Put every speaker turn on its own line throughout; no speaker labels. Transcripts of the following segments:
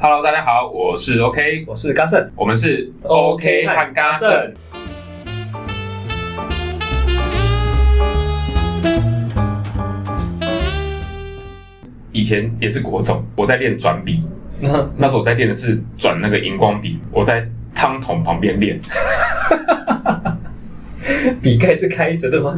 Hello，大家好，我是 OK，
我是嘉 盛。
我们是
OK 和
嘎
嘉
盛
盛。
以前也是国中，我在练转笔，那时候我在练的是转那个荧光笔，我在汤桶旁边练，
笔盖是开着 的吗？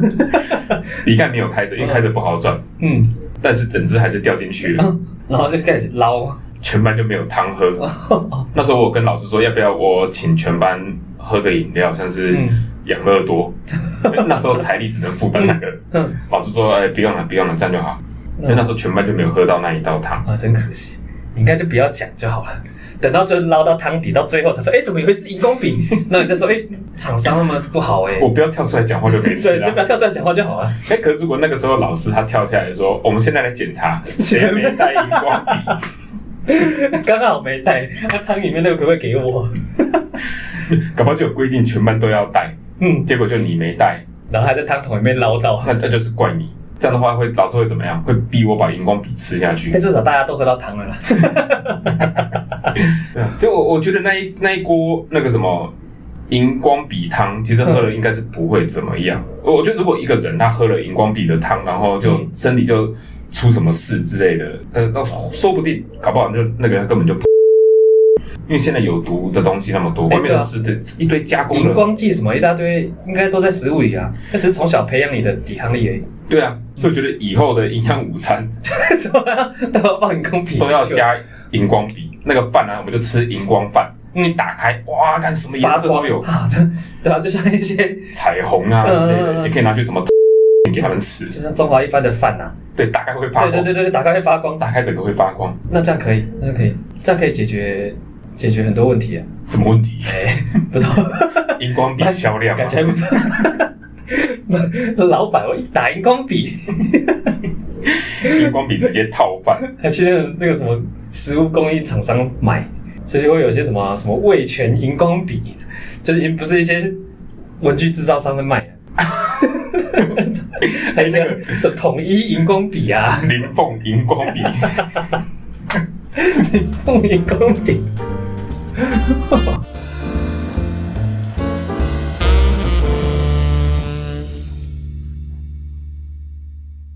笔盖没有开着，因为开着不好转，
嗯，
但是整只还是掉进去了，
然后就开始捞。
全班就没有汤喝。 那时候我跟老师说，要不要我请全班喝个饮料，像是
嗯
养乐 多，那时候财力只能负担那个。
嗯
老师说，哎，不用了，不用了，这样就好。因为那时候全班就没有喝到那一道汤，
啊，真可惜，你应该就不要讲就好了。等到最后捞到汤底，到最后才发现，哎、怎么有一只荧 光笔？那你再说，哎、厂商那么不好哎、
我不要跳出来讲话就没事
对，就
了
不。要跳出来讲话就好啊了。
哎，可是如果那个时候老师他跳下来说，我们现在来检 查谁没带荧光笔，
刚好没带，那、汤里面那个可不可以给我？
搞不好就有规定全班都要带，
嗯，
结果就你没带，
然后还在汤桶里面捞到，
那那就是怪你。这样的话会老师会怎么样？会逼我把荧光笔吃下去
但。至少大家都喝到汤 了啦。
对
嗯
啊就我我觉得那一那一锅那个什么荧光笔汤，其实喝了应该是不会怎么样。我我觉得如果一个人他喝了荧光笔的汤，然后就
嗯
身体就出什么事之类的，呃，那说不定搞不好就那个人根本就 不，因为现在有毒的东西那么多，
哎
外面的
对啊
吃的一堆加工
荧
的，
光剂什么一大堆，应该都在食物里啊。那只是从小培养你的抵抗力而已。
对啊，所以我觉得以后的营养午餐
怎么样都要放荧光笔，
都要加荧光笔。那个饭啊，我们就吃荧光饭。你打开，哇，看什么颜
发
色
光
都有，
啊，这对吧、就像一些
彩虹啊之类
嗯嗯
的，
嗯
也可以拿去什么给他们吃。
就像中华一番的饭呐、
对，打开会发
对
光，
对对对，对打开会发光，
打开整个会发光，
那这样可以，那可以，这样可以解决解决很多问题啊，
什么问题？
哎、不错，
荧光笔销量、啊
感，觉还不错。老板，我一打荧光笔，
荧光笔直接套 饭，
还去那个那个什么食物供应厂商买，这就会有些什么什么味全荧光笔，就是已经不是一些文具制造商在卖的， 还有那个什么统一荧光笔啊，
林凤荧光笔，
凤梨光饼。